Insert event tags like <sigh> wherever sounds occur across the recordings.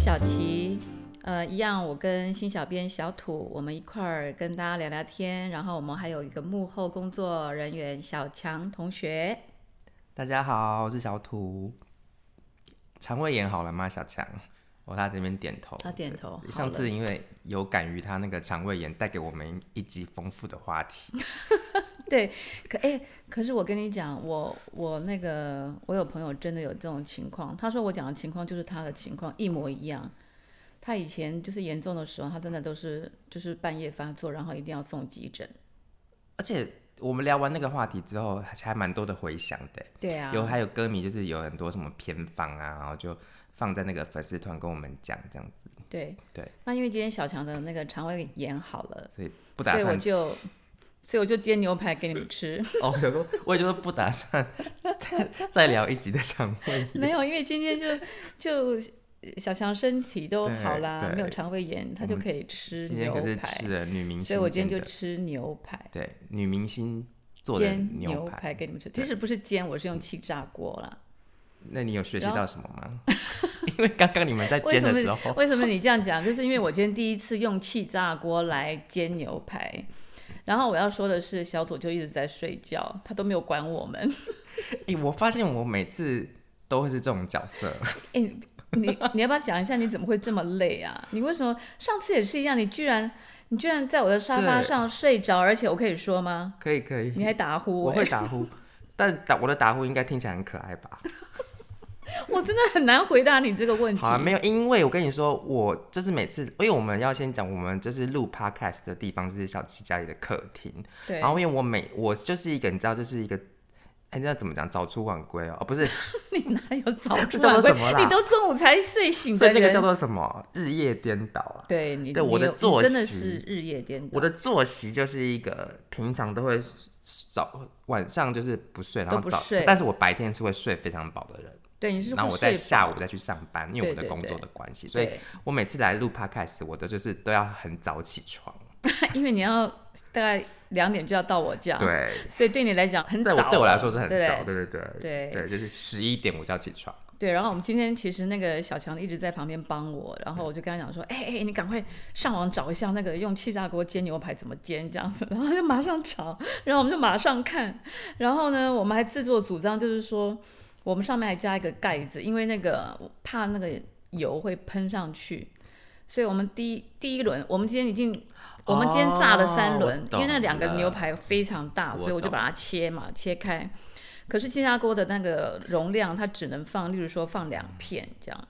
小琪，呃，一样，我跟新小编小土，我们一块儿跟大家聊聊天，然后我们还有一个幕后工作人员小强同学。大家好，我是小土。肠胃炎好了吗，小强？我他这边点头。他啊点头对好上了次因为有感于他那个肠胃炎带给我们一集丰富的话 <laughs> 题，对，可哎、可是我跟你讲，我我那个我有朋友真的有这种情况，他说我讲的情况就是他的情况一模一样。他以前就是严重的时候，他真的都是就是半夜发作，然后一定要送急诊。而且我们聊完那个话题之后，还还蛮多的回响的。对啊，有还有歌迷就是有很多什么偏方啊，然后就放在那个粉丝团跟我们讲这样子，对对。那因为今天小强的那个肠胃炎好了，所以不打所以我算就，所以我就煎牛排给你们吃。 <laughs> <laughs> 哦，我说我也就是不打算再再聊一集的肠胃。没有，因为今天就就小强身体都好啦，对没有对肠胃炎，他就可以吃今天牛可是吃排。了女明星，所以我今天就吃牛排，对女明星做的煎牛排。给你们吃。对其实不是煎，我是用气炸锅啦。那你有学习然后到什么吗？ <laughs> 因为刚刚你们在为煎什的么时你候，为什么你这样讲？ <laughs> 就是因为我今天第一次用气炸锅来煎牛排。然后我要说的是，小土就一直在睡觉，他都没有管我们。诶，我发现我每次都会是这种角色。哎、你你要不要讲一下你怎么会这么累啊？你为什么上次也是一样？你居然你居然在我的沙发对上睡着，而且我可以说吗？可以可以，你还打呼、我欸，会打呼，但打我的打呼应该听起来很可爱吧？我真的很难回答你这个问题。好啊，没有，因为我跟你说，我就是每次，因为我们要先讲，我们就是录 podcast 的地方就是小七家里的客厅，对然，后因为我每我就是一个你知道，就是一个。哎，那怎么讲？早出晚归哦，哦 <laughs> 不是，你哪有早出 <laughs> 这叫晚归做什么？啦你都中午才睡醒所的以那个人，叫做什么？日夜颠倒啊。对你，对你我的有你作真的息是日夜颠倒我。的作息就是一个平常都会早晚上就是不睡，然都后不早睡，但是我白天是会睡非常饱的人，对，你是然后会我在睡下饱午再去上班，因为我对的对工作对的关系，所以对，我每次来录 podcast，我都就是都要很早起床， <laughs> 因为你要大概两点就要到我家，，对，所以对你来讲啊很在早我了，对我来说是很对不早，对对对对对对，就是十一点我就要起床，对，然后我们今天其实那个小强一直在旁边帮我，然后我就跟他讲说，哎、哎、你赶快上网找一下那个用气炸锅煎牛排怎么煎这样子，然后他就马上找，然后我们就马上看，然后呢，我们还自作主张就是说，我们上面还加一个盖子，因为那个怕那个油会喷上去，所以我们第一第一轮，我们今天已经。我们今天炸了三哦轮，我因为那懂两个了牛排非常大，我所以我就懂把它切嘛，切开。可是气炸锅的那个容量，它只能放，例如说放两片这样。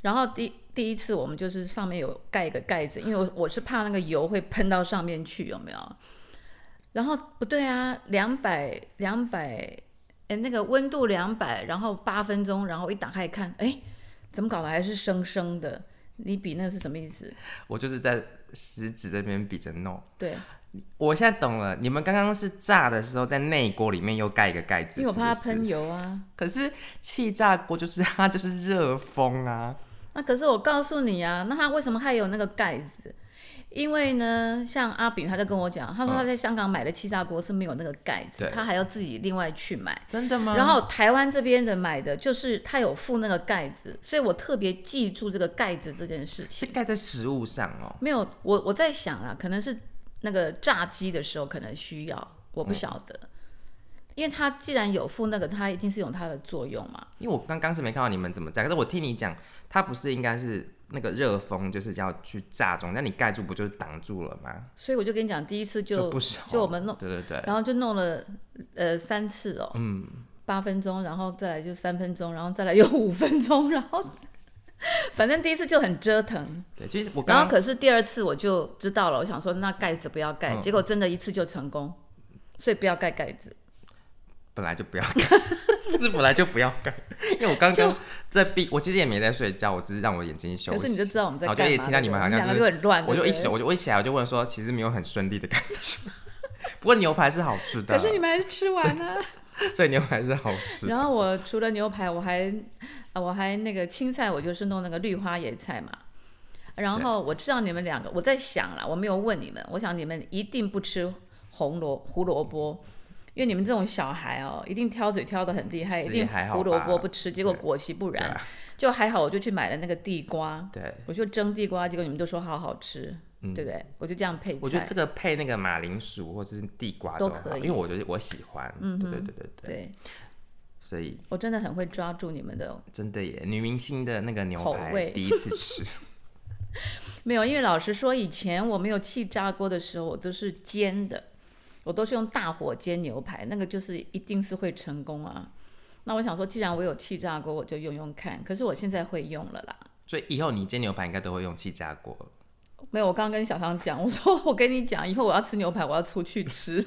然后第第一次我们就是上面有盖一个盖子，因为我我是怕那个油会喷到上面去，有没有？然后不对啊，两百两百，哎，那个温度两百，然后八分钟，然后一打开一看，哎，怎么搞的还是生生的？你比那是什么意思？我就是在食指这边比着弄。对，我现在懂了，你们刚刚是炸的时候在内锅里面又盖一个盖子，因为我怕它是不是喷油啊。可是气炸锅就是 <laughs> 它就是热风啊，那可是我告诉你啊，那他为什么还有那个盖子？因为呢，像阿炳他就跟我讲，他说他在香港买的气炸锅是没有那个盖子，嗯对他还要自己另外去买。真的吗？然后台湾这边的买的就是他有附那个盖子，所以我特别记住这个盖子这件事是情。盖在食物上哦，没有，我我在想啊，可能是那个炸鸡的时候可能需要，我不晓嗯得，因为它既然有附那个，它一定是有它的作用嘛。因为我刚刚是没看到你们怎么炸，可是我听你讲，它不是应该是那个热风就是要去炸中，那你盖住不就是挡住了吗？所以我就跟你讲，第一次就不熟，就我们弄对对对，然后就弄了呃三次哦，嗯，八分钟，然后再来就三分钟，然后再来又五分钟， <laughs> 然后反正第一次就很折腾，对，其实我然刚后刚可是第二次我就知道了，我想说那盖子不要嗯盖，结果真的一次就成功，所以不要盖盖子。本来就不要盖，是本来就不要盖，因为我刚刚在闭，我其实也没在睡觉，我只是让我眼睛休息。可是你就知道我们在然干后就嘛，一听到你们好对不像对就是两个就很乱，我就对一不对起，我就我一起来，我就问说，其实没有很顺利的感觉。 <laughs> 不过牛排是好吃的，可是你们还是吃完啊了、所以牛排是好吃的。然后我除了牛排，我还呃我还那个青菜，我就是弄那个绿花野菜嘛。然后我知道你们两个，我在想啦，我没有问你们，我想你们一定不吃红萝胡萝卜，因为你们这种小孩哦，一定挑嘴挑的很厉害，是一定也还好胡萝吧卜不吃，结果对果其不对然，啊，就还好，我就去买了那个地瓜，对，我就蒸地瓜，结果你们都说好好吃，嗯对不对？我就这样配菜，我觉得这个配那个马铃薯或者是地瓜都好可以因为我觉得我喜欢，嗯对哼对对对对，对所以我真的很会抓住你们的，真的耶，女明星的那个牛口排味第一次吃，没有，因为老实说，以前我没有气炸锅的时候，我都是煎的，我都是用大火煎牛排，那个就是一定是会成功啊。那我想说，既然我有气炸锅，我就用用看。可是我现在会用了啦。所以以后你煎牛排应该都会用气炸锅，没有，我刚刚跟小唐讲，我说我跟你讲，以后我要吃牛排，我要出去吃。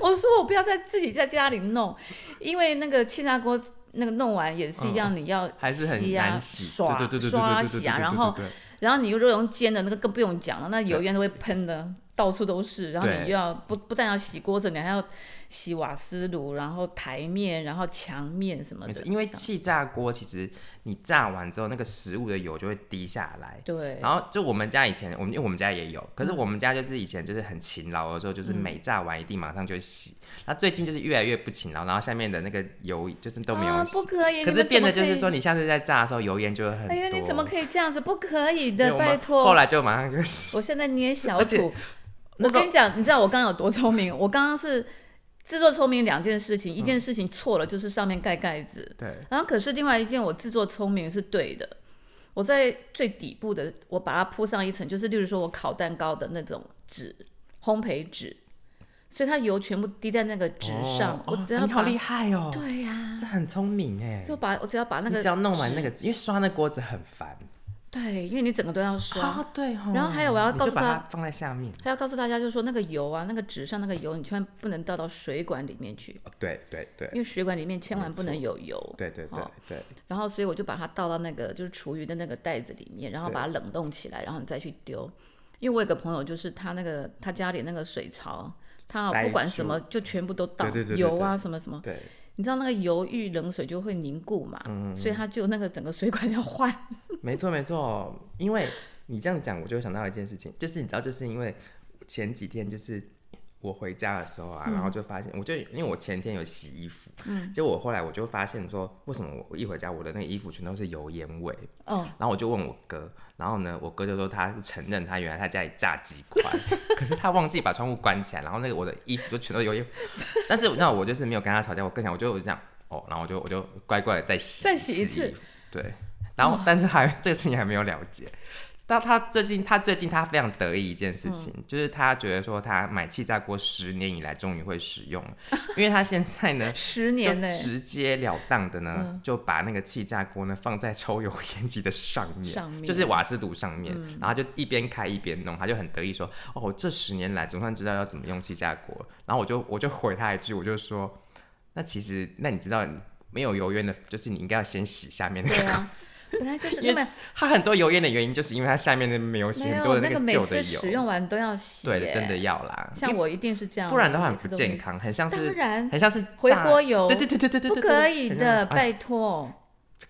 我说我不要再自己在家里弄，因为那个气炸锅那个弄完也是一样，你要还是很吸啊难洗，刷对对对对对刷对对对洗啊对对然后对对对然后你如果用煎的那个更不用讲了，那油烟都会喷的，到处都是。然后你又对要不不但要洗锅子，你还要洗瓦斯炉，然后台面，然后墙面什么没的错，。因为这样气炸锅其实你炸完之后，那个食物的油就会滴下来。对，嗯然后就我们家以前，我们因为我们家也有，可是我们家就是以前就是很勤劳的时候，就是每炸完一定马上就洗。那、最近就是越来越不勤劳，然后下面的那个油就是都没有啊，洗。不可以。可你是们变怎么得就可是以说，，你下次在炸的时候油烟就会很多。哎呀，你怎么可以这样子？不可以因为的，我们拜后托。来就马上就洗。我现在捏小而且土，那我时候跟你讲，你知道我刚刚有多聪明？我刚刚是自作聪明两件事情，一件事情错了，就是上面盖盖子，对，然后可是另外一件我自作聪明是对的，我在最底部的我把它铺上一层，就是例如说我烤蛋糕的那种纸，烘焙纸，所以它油全部滴在那个纸上，哦我哦只要你好把、厉害哦，对呀、这很聪明哎。就把我只要把那你个只要弄完那纸个，因为刷那锅子很烦。对，因为你整个都要刷。啊，对哦。然后还有我要你告就诉把他它放在下面。还要告诉大家，就是说那个油啊，那个纸上那个油，你千万不能倒到水管里面去，哦对对对因为水管里面千万没不能错有油。对对对哦对，然后所以我就把它倒到那个就是厨余的那个袋子里面，然后对把它冷冻起来，然后你再去丢。因为我有个朋友，就是他那个他家里那个水槽，他塞不管什住么就全部都倒对对对对油啊什么什么，对，你知道那个油遇冷水就会凝固嘛，嗯所以他就那个整个水管 <laughs> 要换。 <laughs> 没错没错，因为你这样讲，我就想到一件事情，就是你知道，就是因为前几天就是我回家的时候啊，然后就发现，我就因为我前天有洗衣服，嗯，结果我后来我就发现说，为什么我我一回家我的那个衣服全都是油烟味，哦，然后我就问我哥，然后呢，我哥就说他是承认他原来他家里炸鸡块， <laughs> 可是他忘记把窗户关起来，然后那个我的衣服就全都油烟。 <laughs> 但是那我就是没有跟他吵架，我更想我就我就这样哦，然后我就我就乖乖的再洗再洗一次衣服，对。然后但是还这个事情还没有了解。但他最近，他最近他非常得意一件事情，嗯就是他觉得说他买气炸锅十年以来终于会使用了，因为他现在呢十就年呢、嗯直截了当的呢，就把那个气炸锅呢放在抽油烟机的上面，上面嗯就是瓦斯炉上面，然后他就一边开一边弄，他就很得意说：“哦，我这十年来总算知道要怎么用气炸锅。”然后我就我就回他一句，我就说：“那其实，那你知道你没有油烟的，就是你应该要先洗下面那 <laughs> 对个。啊，本来就是因那为么它很多油烟的原因，就是因为它下面那边没有洗没很多有的个每旧的次油使，用完都要洗、耶对，真的。要啦，像我一定是这样，不然的话很每次不都健会。康，很像当是然，很像是回炸锅油对对对对对对，不对对可以很像的，啊拜托。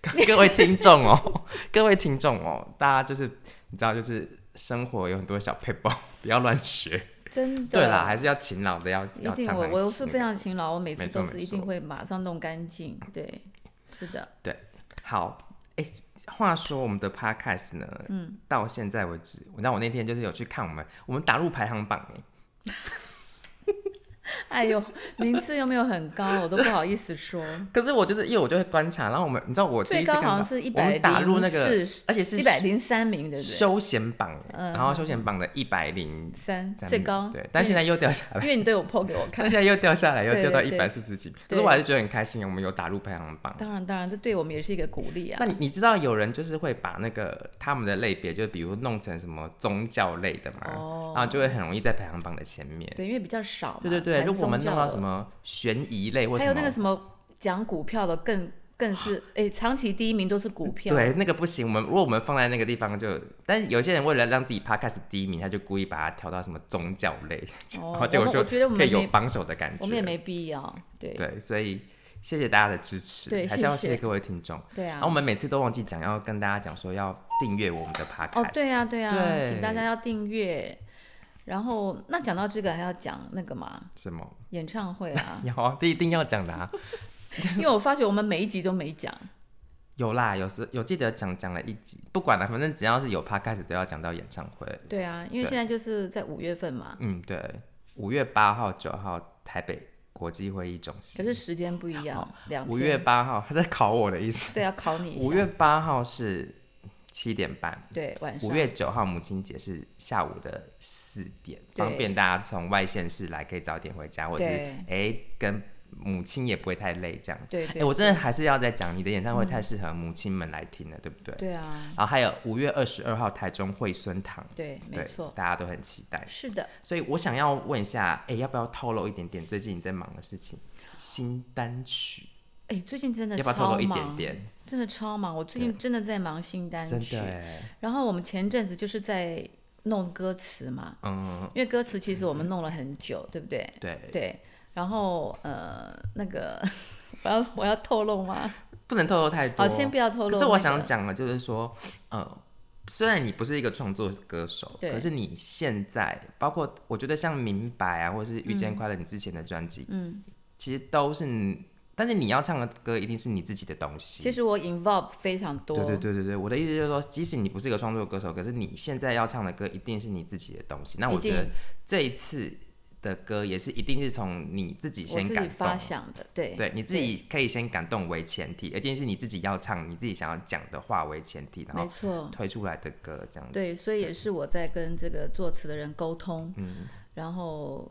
<laughs> 各位听众哦， <laughs> 各位听众哦，大家就是你知道，就是生活有很多小配包， <laughs> 不要乱学。真的。对啦，还是要勤劳的，要一要定常我常我洗是那非个常勤劳，我每次没错都没是一定错会马上弄干净。对，是的，好。哎、话说我们的 podcast 呢，嗯，到现在为止，你知道我那天就是有去看我们我们打入排行榜哎，哎呦，名次又没有很高，我都不好意思说。可是我就是因为我就会观察，然后我们你知道我第最一次高看好到像是一我百们打入那零个，四十，而且是一百零三名，对不对？休闲榜哎、嗯然后休闲榜的一百零三最高，对，但现在又掉下来因。为你都有 PO 给我但看。现在又掉下来，又对掉到对一对百四十几。可对是我还是觉得很开心，我们有打入排行榜。当然，当然，这对我们也是一个鼓励啊那。你你知道有人就是会把那个他们的类别，就比如弄成什么宗教类的嘛，哦然后就会很容易在排行榜的前面。对，因为比较少嘛。啊对对对，谈如果我们宗弄教到的什么悬疑类或还什有么，那个什么讲股票的更更是，哎，长期第一名都是股票。对那个不行。我们如果我们放在那个地方就，但是有些人为了让自己 podcast 第一名，他就故意把它调到什么宗教类，然哦， <laughs> 后结我果们就我觉得我们可以有没，榜首的感觉。我们也没必要。对对，所以谢谢大家的支持，对还是要谢谢谢谢各位听众。对啊然后。我们每次都忘记讲，要哦啊跟大家讲说要订阅我们的 podcast。哦，对呀、对呀、对请大家要订阅。然后那讲到这个还要讲那个嘛，什么？演唱会啊 <laughs> ，有啊，这一定要讲的 <laughs> 啊。因为我发觉我们每一集都没讲，有啦，有时有记得讲讲了一集，不管了，反正只要是有 podcast 都要讲到演唱会。对啊，因为对现在就是在五月份嘛，嗯，对，五月八号、九号台北国际会议中可心。是时间不一样，两五天月八号，他在考我的意思。对要考你一下，五月八号是七点半，对晚上五月九号母亲节是下午的四点，对方便大家从外县市来可以早点回家，或者是对哎、跟母亲也不会太累这样。对哎、对，嗯我真的还是要再讲，你的演唱会太适合母亲们来听了，对不对？对啊，然后还有五月二十二号台中惠孙堂，对，没对错，大家都很期待。是的，所以我想要问一下，哎、要不要透露一点点最近你在忙的事情？新单曲哎，最近真的要不要透超露一忙点，点？真的超忙，我最近真的在忙新单真曲的，哎，然后我们前阵子就是在弄歌词嘛，嗯，因为歌词其实我们弄了很久，对不对？对，对，然后呃，那个 <laughs> 我要我要透露吗？不能透露太多。好，先不要透露、那可是我个想，讲的就是说，呃，虽然你不是一个创作歌手，对可是你现在，包括我觉得像《明白》啊，或者是《遇嗯见快乐》你之前的专辑，嗯，其实都是你，但是你要唱的歌一定是你自己的东西。其实我 involve 非常多，对对对对对，我的意思就是说，即使你不是一个创作歌手，可是你现在要唱的歌一定是你自己的东西。那我一定觉得这一次的歌也是一定是从你自己我先自己感发动，啊想的，对对，你自己可以先感动为前提，而且是你自己要唱、你自己想要讲的话为前提，然没后错，推出来的歌这样子。对，所以也是我在跟这个作词的人沟通，嗯然后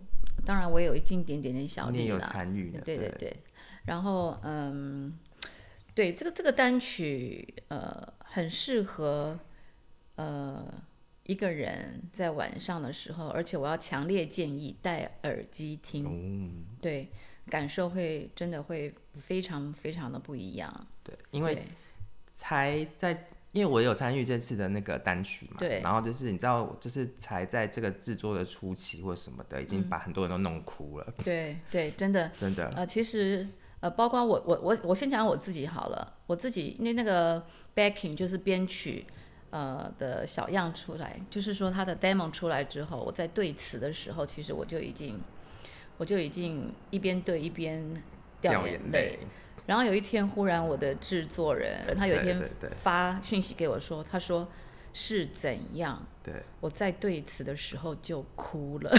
当然我也有一尽点点点小你也力有啦，参与的，对对对对，然后嗯，对这个这个单曲呃很适合呃一个人在晚上的时候，而且我要强烈建议戴耳机听，嗯对，感受会真的会非常非常的不一样，对因为才在，因为我有参与这次的那个单曲嘛，对然后就是你知道，就是才在这个制作的初期或什么的，已嗯经把很多人都弄哭了，对对，真的真的。呃，其实呃，包括我我我我先讲我自己好了，我自己因为那个 backing 就是编曲呃的小样出来，就是说它的 demo 出来之后，我在对词的时候，其实我就已经我就已经一边对一边 <laughs> 掉掉眼泪，然后有一天，忽然我的制作人他有一对天对对发讯息给我说，他说是怎样。对。我在对词的时候就哭了，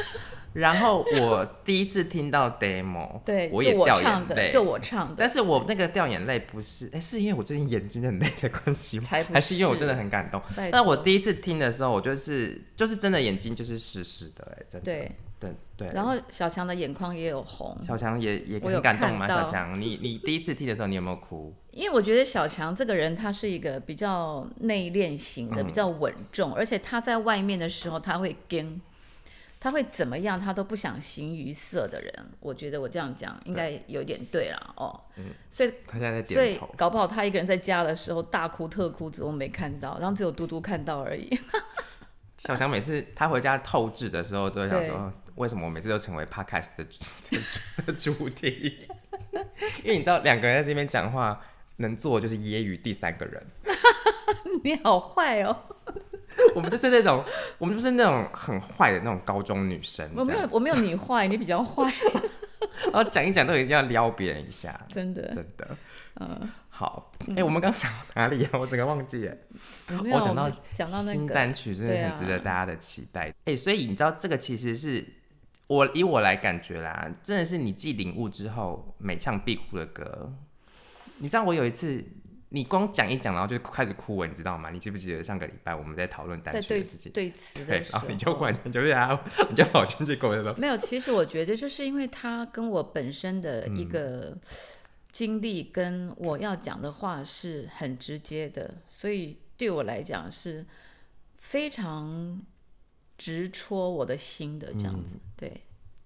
<laughs> 然后我第一次听到 demo， <laughs> 对，我就也我掉唱眼的，泪就，我唱的， <laughs> 但是我那个掉眼泪不是，哎、是因为我最近眼睛很累的关系吗？才不还是因为我真的是很感动？拜但我托第一次听的时候，我就是就是真的眼睛就是湿湿的、哎，真的。对，对对。然后小强的眼眶也有红，小强也也我有很感动吗？看到小强，你你第一次听的时候，你有没有哭？因为我觉得小强这个人他是一个比较内敛型嗯的，比较稳重，而且他在外面的时候他会跟，他会怎么样他都不想形于色的人。我觉得我这样讲应该有点对啦，哦，所以他现在在所嗯点以头。搞不好他一个人在家的时候大哭特哭，只我没看到，然后只有嘟嘟看到而已。 <laughs> 小强每次他回家透支的时候，都会想对说，为什么我每次都成为 podcast 的主的主题？ <laughs> 因为你知道，两个人在这边讲话，能做就是揶揄第三个人。你好坏哦！我们就是那种，我们就是那种很坏的那种高中女生，我这没有样，我没有你坏，你比较坏，然后讲一讲都一定要撩别人一下。真的。真的。嗯好，哎、我们刚讲到哪里啊？我整个忘记了。有没我有讲我到们讲到那新个单曲真的对很啊值得大家的期待。哎、所以你知道这个其实是我以我来感觉啦，真的是你既领悟之后每唱必哭的歌。你知道我有一次，你光讲一讲，然后就开始哭了，你知道吗？你记不记得上个礼拜我们在讨论单在曲对的事情？对词的对，时然候后，你就忽然间就是啊， <laughs> 你就跑进去跟我说，没有，其实我觉得就是因为他跟我本身的嗯一个经历跟我要讲的话是很直接的，所以对我来讲是非常直戳我的心的这样子。嗯对，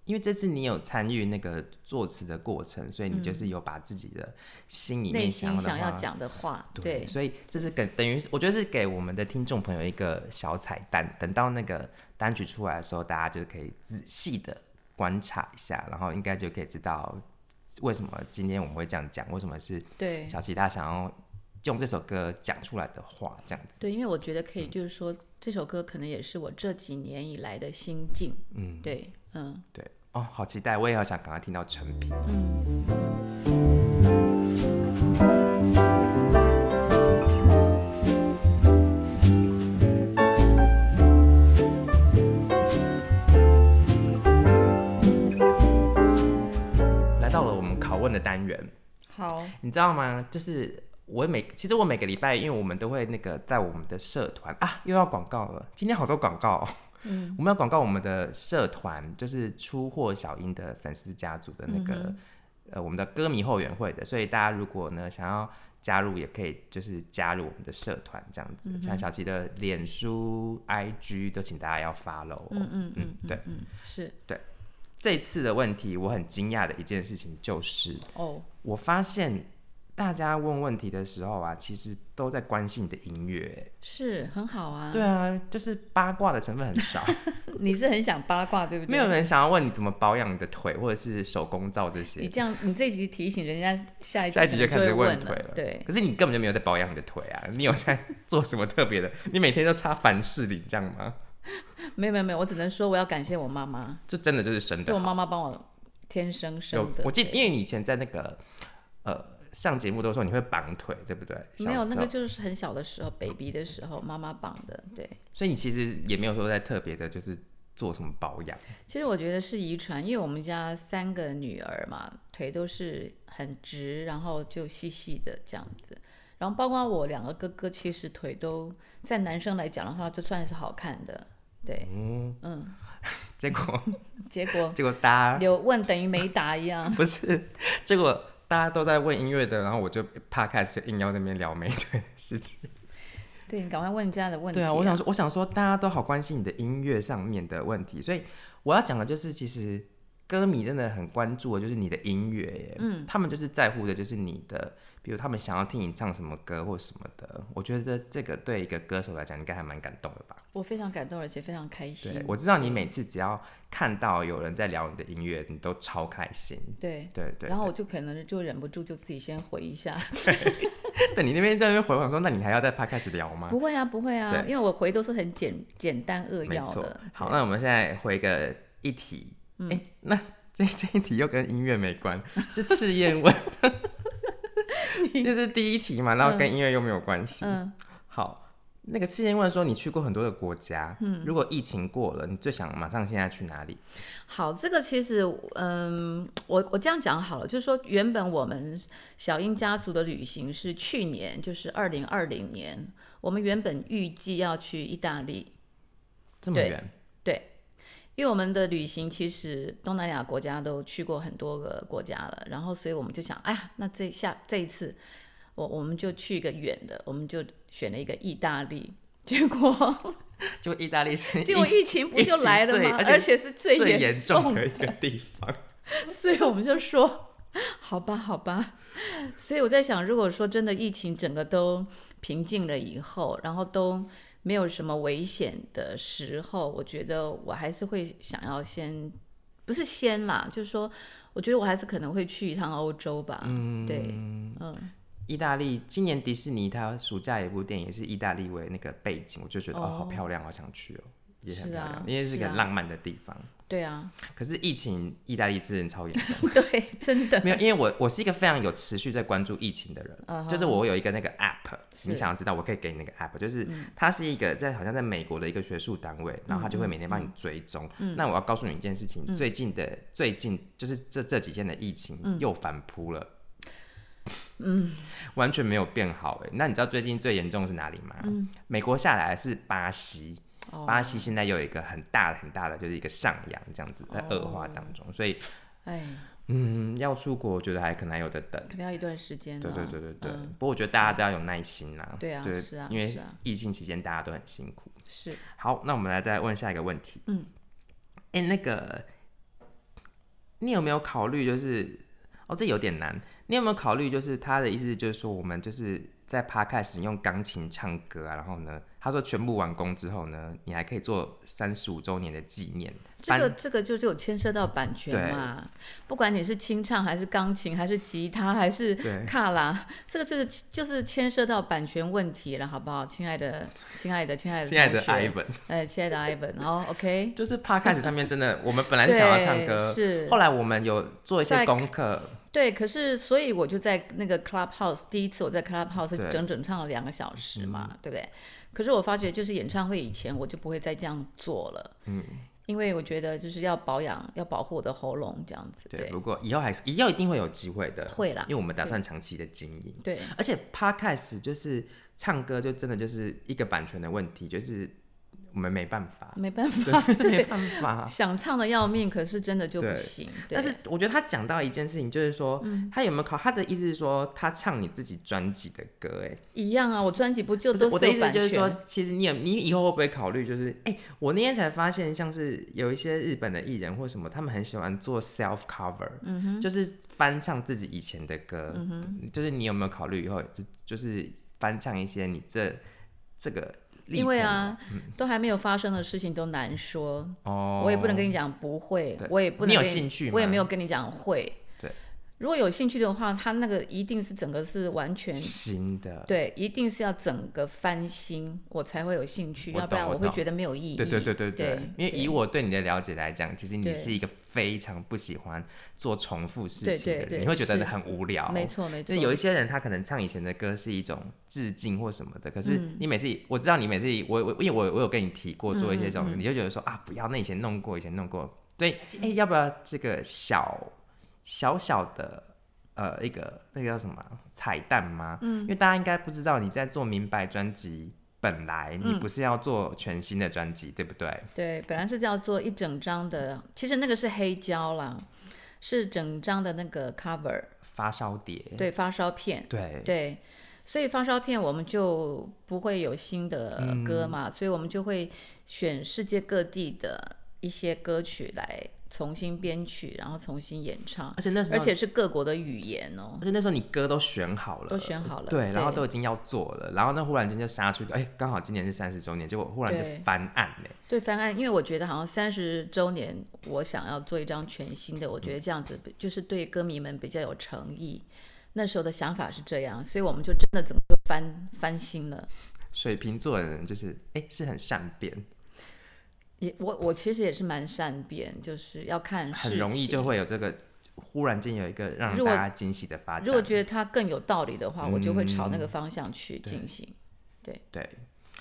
因为这次你有参与那个作词的过程，所以你就是有把自己的心嗯里内面心要的想要话讲的话，对，对，所以这是给等于是我觉得是给我们的听众朋友一个小彩蛋，等到那个单曲出来的时候，大家就可以仔细的观察一下，然后应该就可以知道为什么今天我们会这样讲，为什么是对，小齐他想要用这首歌讲出来的话，这样子。对，因为我觉得可嗯以，就是说、这首歌可能也是我这几年以来的心境。嗯，对，嗯，对，哦，好期待，我也好想赶快听到成品。来到了我们拷问的单元，好，你知道吗？就是我每其实我每个礼拜，因为我们都会那个在我们的社团啊，又要广告了。今天好多广告、哦，嗯，我们要广告我们的社团，就是出货小英的粉丝家族的那个、呃我们的歌迷后援会的，所以大家如果呢想要。加入也可以，就是加入我们的社团这样子，像小琪的脸书、IG 都请大家要 follow 哦、嗯嗯嗯，对，嗯是这次的问题，我很惊讶的一件事情就是，哦，我发现大家问问题的时候啊，其实都在关心你的音乐。是很好啊。对，啊，就是八卦的成分很 <laughs> 少，你是很想八卦，对不对？没有人想要问你怎么保养你的腿，或者是手工皂这你些。这样，你这集提醒人家，下一集下一集就可能开始会问问腿了对，可是你根本就没有在保养你的腿啊！你 <laughs> 有在做什么特别的？你每天都擦凡士林这样吗？没有没有没有，我只能说我要感谢我妈妈，就真的就是生对的我好。妈妈帮我天生有生的。我记得，因为你以前在那个呃上节目都说你会绑腿，对不对？没有小时那候个就是很小的时候，baby 的时候，妈妈绑的。对，所以你其实也没有说在特别的，就是做什么保养。其实我觉得是遗传，因为我们家三个女儿嘛，腿都是很直，然后就细细的这样子。然后包括我两个哥哥，其实腿都在男生来讲的话，就算是好看的。对，嗯，嗯，结果结果结果大家有问等于没答一 <laughs> 样。不是，结果大家都在问音乐的，然后我就怕开始硬要那边聊美腿的事情。对你赶快问人家的问题、对啊，我想说，我想说，大家都好关心你的音乐上面的问题，所以我要讲的就是，其实歌迷真的很关注的就是你的音乐耶，嗯，他们就是在乎的就是你的，比如他们想要听你唱什么歌或什么的。我觉得这个对一个歌手来讲，应该还蛮感动的吧。我非常感动，而且非常开对心，。我知道你每次只要看到有人在聊你的音乐，你都超开心。对对对然后我就可能就忍不住就自己先回一下，对对你那边在那边回我说，那你还要在 podcast 聊吗？ <laughs> 不会啊，不会啊，对因为我回都是很简简单扼没要错的。。嗯好，那我们现在回个一题。哎、那这 <laughs> 这一题又跟音乐没关，是赤焰 <laughs> 问的。这是第一题嘛，然后跟音乐又没有关系。嗯，好，那个赤焰问说，你去过很多的国家，嗯，如果疫情过了，你最想马上现在去哪里？好，这个其实，嗯，我我这样讲好了，就是说，原本我们小英家族的旅行是去年，就是二零二零年，我们原本预计要去意大利，这么对远，因为我们的旅行其实东南亚国家都去过很多个国家了，然后所以我们就想，哎呀，那这下这一次，我我们就去一个远的，我们就选了一个意大利，结 <laughs> 果就意大利是结果疫情不就来了吗疫情？最而且是最最严严重的一个地方。 <laughs> 所以我们就说， <laughs> 好吧，好吧。所以我在想，如果说真的疫情整个都平静了以后，然后都没有什么危险的时候，我觉得我还是会想要先，不是先啦，就是说，我觉得我还是可能会去一趟欧洲吧。嗯，对，嗯，意大利今年迪士尼它暑假有一部电影也是意大利为那个背景，我就觉得哦哦好漂亮，好想去哦，也很是漂啊亮，因为是一个是啊浪漫的地方。对啊， <laughs> 可是疫情，意大利真人超严重。对，真的，没有，因为我我是一个非常有持续在关注疫情的人嗯哼就是我有一个那个 app，是嗯你想要知道，我可以给你那个 app，就是它是一个在好像在美国的一个学术单位，然后它嗯就会每天帮你追踪。那我要告诉你一件事情，最近的最近就是这这几天的疫嗯情又反扑了。嗯， <laughs> 完全没有变好哎。那你知道最近最严重的是哪里吗？美国下来是巴西，嗯哦巴西现在又有一个很大很大的就是一个上扬这样子在恶化当中，所以哎，嗯，要出国，我觉得还可能还有的等。可能要一段时间了。对对对对对，嗯不过我觉得大家都要有耐心啦。对啊是啊因为是啊疫情期间大家都很辛苦。是好，那我们来再问下一个问题。嗯，哎、那个，你有没有考虑就是，哦，这有点难。你有没有考虑就是他的意思就是说，我们就是在 podcast 用钢琴唱歌啊，然后呢，他说全部完工之后呢，你还可以做三十五周年的纪 <laughs> 念。这个颁这个就是有牵涉到版权对嘛，不管你是清唱还是钢琴还是吉他还是对卡拉，这个就是就是牵涉到版权问题了，好不好？亲爱的，亲爱的，亲爱的同学，亲爱的 Ivan，哎，亲爱的 Ivan，然后 OK，就是 podcast 上面真的，我们本来是想要唱 <laughs> 对歌，是后来我们有做一在些功课，对，可是所以我就在那个 Clubhouse 第一次我在 Clubhouse 对嗯整整唱了两个小时嘛，对不对？可是我发觉就是演唱会以前我就不会再这样做了，嗯，因为我觉得就是要保养，要保护我的喉咙这样子，对，对不过以后还是以后一定会有机会的，会啦因为我们打算长期的经营。对，而且 podcast 就是唱歌，就真的就是一个版权的问题，就是我们没办 <laughs> 法，没办法，对，没办法。想唱的要命，可是真的就不对行。对嗯但是我觉得他讲到一件事情，就是说、他有没有考？他的意思是说他唱你自己专辑的歌，哎，一样啊，我专辑不就不是都我的有意思版就是权，说，其实你也你以后会不会考虑，就是哎、我那天才发现，像是有一些日本的艺人或什么，他们很喜欢做 self cover，、嗯、就是翻唱自己以前的歌，嗯、就是你有没有考虑以后就就是翻唱一些你这这个历程？因为啊，都还没有发生的事情都难说，嗯哦，我也不能跟你讲不会对，我也不能你有跟兴趣吗我也没有跟你讲会。对，如果有兴趣的话，他那个一定是整个是完全。新的，对，一定是要整个翻新，我才会有兴趣，我要不然懂我我会懂觉得没有意义。对对对对对对，，因为以我对你的了解来讲，其实你对是一个非常不喜欢做重复事对情的对人，对你会觉是得很无聊，没错没就错，有一些人，他可能唱以前的歌是一种致敬或什么的，可是嗯你每次、我知道你每次我我因为我我有跟你提过做一些这嗯种，你就觉得说啊不要，那以前弄过，以前弄过，对，哎、要不要这个小小小的呃一个那个叫什么啊彩蛋吗？嗯，因为大家应该不知道你在做明白专辑。本来你嗯不是要做全新的专辑，对不对？对，本来是叫做一整张的，其实那个是黑胶啦，是整张的那个 cover，发烧碟，对，发烧片，对对，所以发烧片我们就不会有新的歌嗯嘛，所以我们就会选世界各地的一些歌曲来重新编曲，然后重新演唱，而且那时而候，且是各国的语言哦而，且那时候你歌都选好了，都选好了，对，然后都已经要做了，然后那忽然间就杀出一个，哎，刚好今年是三十周年，结果忽然对就翻案嘞，对翻案，因为我觉得好像三十周年，我想要做一张全新的，我觉得这样子比就是对歌迷们比较有诚意。那时候的想法是这样，所以我们就真的整个就翻翻新了。水瓶座的人就是，哎，是很善变，也我我其实也是蛮善变，就是要看事很容易情就会有这个忽然间有一个让如大果家惊喜的发展。嗯如果觉得它更有道理的话，我就会朝那个方向去进行。对，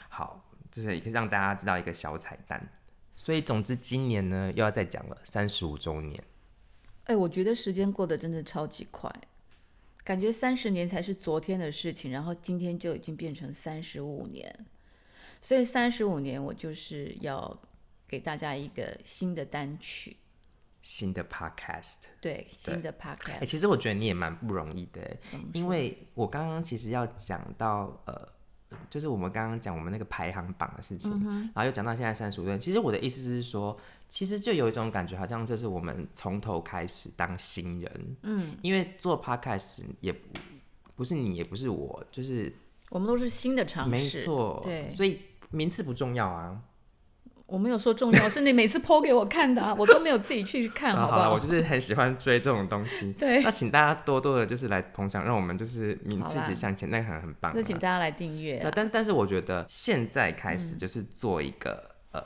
好，就是也可以让大家知道一个小彩蛋。所以总之今年呢又要再讲了，三十五周年，哎、我觉得时间过得真的超级快，感觉三十年才是昨天的事情，然后今天就已经变成三十五年，所以三十五年我就是要给大家一个新的单曲，新的 podcast。对，新的哎、 podcast，其实我觉得你也蛮不容易的欸，怎么因为我刚刚其实要讲到呃，就是我们刚刚讲我们那个排行榜的事情，嗯然后又讲到现在三十五岁。其实我的意思是说，其实就有一种感觉，好像这是我们从头开始当新人，嗯，因为做 podcast 也不不是你，也不是我，就是我们都哦是新的尝试，没错，对所以名次不重要啊。我没有说重要，是你每次 <laughs> 剖给我看的、啊，我都没有自己去看，啊好不 <laughs> 好了，好？。我就是很喜欢追这种东西 <laughs> 对那请大家多多的，就是来捧场，让我们就是名次好啦一直向前，那个很很棒啊。就请大家来订阅啊、对，但但是我觉得现在开嗯始就是做一个、呃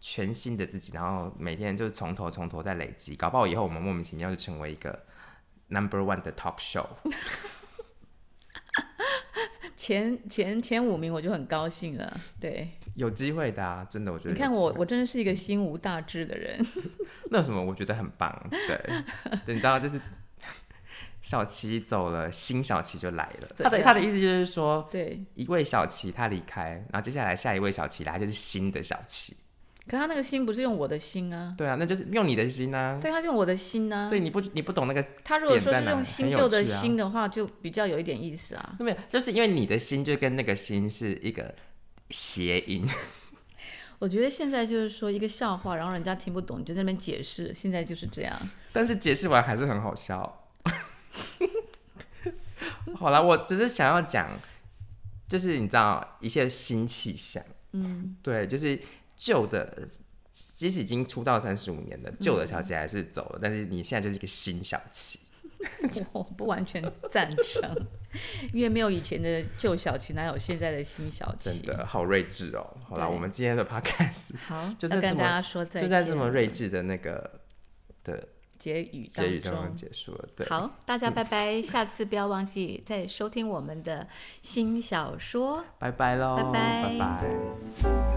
全新的自己，然后每天就是从头从头再累积，搞不好以后我们莫名其妙就成为一个 number one 的 talk <laughs> show。前前前五名我就很高兴了，对。有机会的啊，真的，我觉得你看有机我，会我真的是一个心无大志的人。 <laughs> 那有什么，我觉得很棒。对，对，你知道，就是 <laughs> 小齐走了，新小齐就来了。怎他的样他的意思就是说，对，一位小齐他离开，然后接下来下一位小齐来，他就是新的小齐。可他那个心不是用我的心啊，对啊，那就是用你的心啊。对，他用我的心啊所。以你不你不懂那个他如果说点在是哪用新旧的心的话，就比较有一点意思 <laughs> 啊。没有，就是因为你的心就跟那个心是一个谐音，我觉得现在就是说一个笑话，然后人家听不懂，你就在那边解释。现在就是这 <laughs> 样。但是解释完还是很 <laughs> 好笑。好啦，我只是想要讲，就是你知道一些新气象，嗯，对，就是旧的，即使已经出道三十五年的旧嗯的小姐还是走了，但是你现在就是一个新小七，我不完全赞成， <laughs> 因为没有以前的旧小旗，哪有现在的新小旗？真的好睿智哦。好啦，对我们今天的 podcast 好，就要在这跟么大家说再见，就在这么睿智的那个的结语结语当当中中。结束了，对，嗯好，大家拜拜，下次不要忘记再收听我们的新小说。拜拜喽，拜拜拜拜。